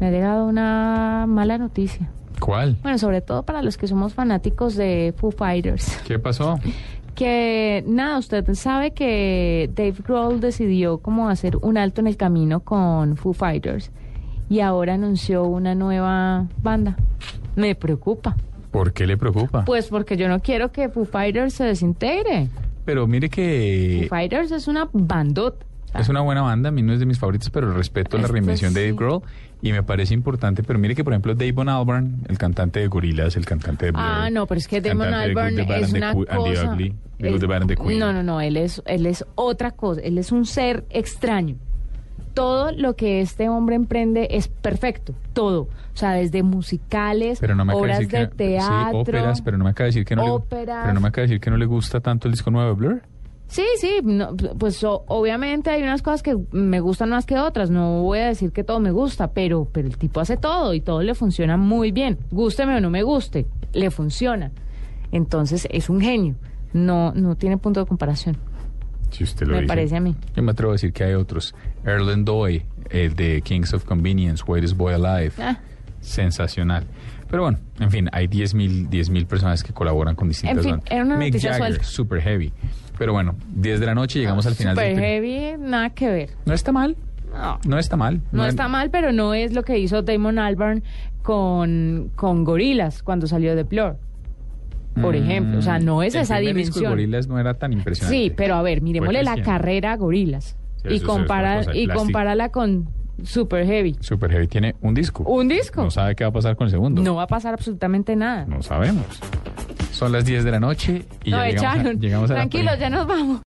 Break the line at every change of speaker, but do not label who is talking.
me ha llegado una mala noticia.
¿Cuál?
Bueno, sobre todo para los que somos fanáticos de Foo Fighters.
¿Qué pasó?
Que nada, usted sabe que Dave Grohl decidió como hacer un alto en el camino con Foo Fighters y ahora anunció una nueva banda. Me preocupa.
¿Por qué le preocupa?
Pues porque yo no quiero que Foo Fighters se desintegre.
Pero mire
Foo
que
Fighters es una bandota.
Eh, es una buena banda, a mí no es de mis favoritos, pero respeto la
Este
reinvención de
sí.
Dave Grohl y me parece importante. Pero mire que, por ejemplo, Dave Von Albarn, el cantante de Gorillaz, el cantante de Blur,
Ah, no, pero es que
el
Damon
cantante de Good,
Albarn
the Bad
es
and the
una
Qu- and the
cosa.
Ugly, The Good,
Él-
the Bad and the Queen.
No, no, no, él es, él es otra cosa, él es un ser extraño. Todo lo que este hombre emprende es perfecto, todo. O sea, desde musicales,
Pero no me acaba de
obras
decir que
de
no-
teatro.
sí, óperas, pero no me acaba de decir que no le,
óperas.
pero no me acaba de decir que no le gusta tanto el disco nuevo de Blur.
Sí, sí, no, pues o- obviamente hay unas cosas que me gustan más que otras, no voy a decir que todo me gusta, pero, pero el tipo hace todo y todo le funciona muy bien, gústeme o no me guste, le funciona. Entonces es un genio, no, no tiene punto de comparación,
Si usted
me parece a mí.
Yo me atrevo a decir que hay otros. Erlen Doy, el de Kings of Convenience, Whitest Boy Alive.
Ah,
Sensacional. Pero bueno, en fin, hay 10.000 10.000 personas que colaboran con distintas
En fin,
bandas.
era una
Mick
noticia
Jagger,
suelta.
super heavy. Pero bueno, 10 de la noche llegamos al final
Super
del pri-
heavy, nada que ver.
No está mal,
No,
no está mal.
no está mal, pero no es lo que hizo Damon Albarn con, con Gorilas cuando salió de Blur, por
Mm,
ejemplo. O sea, no es
el
esa
primer disco de
dimensión.
Gorillaz no era tan impresionante.
Sí, pero a ver, miremosle la
eh, creciendo.
carrera a Gorilas
Sí,
y,
eso es
compara,
otra cosa,
y
plástico.
compárala con Super Heavy.
Super heavy tiene un disco.
¿Un disco?
No sabe qué va a pasar con el segundo.
No va a pasar absolutamente nada.
No sabemos. Son las 10 de la noche y
Lo
ya llegamos a,
echaron.
llegamos a la
Tranquilos,
prim-
ya nos vamos.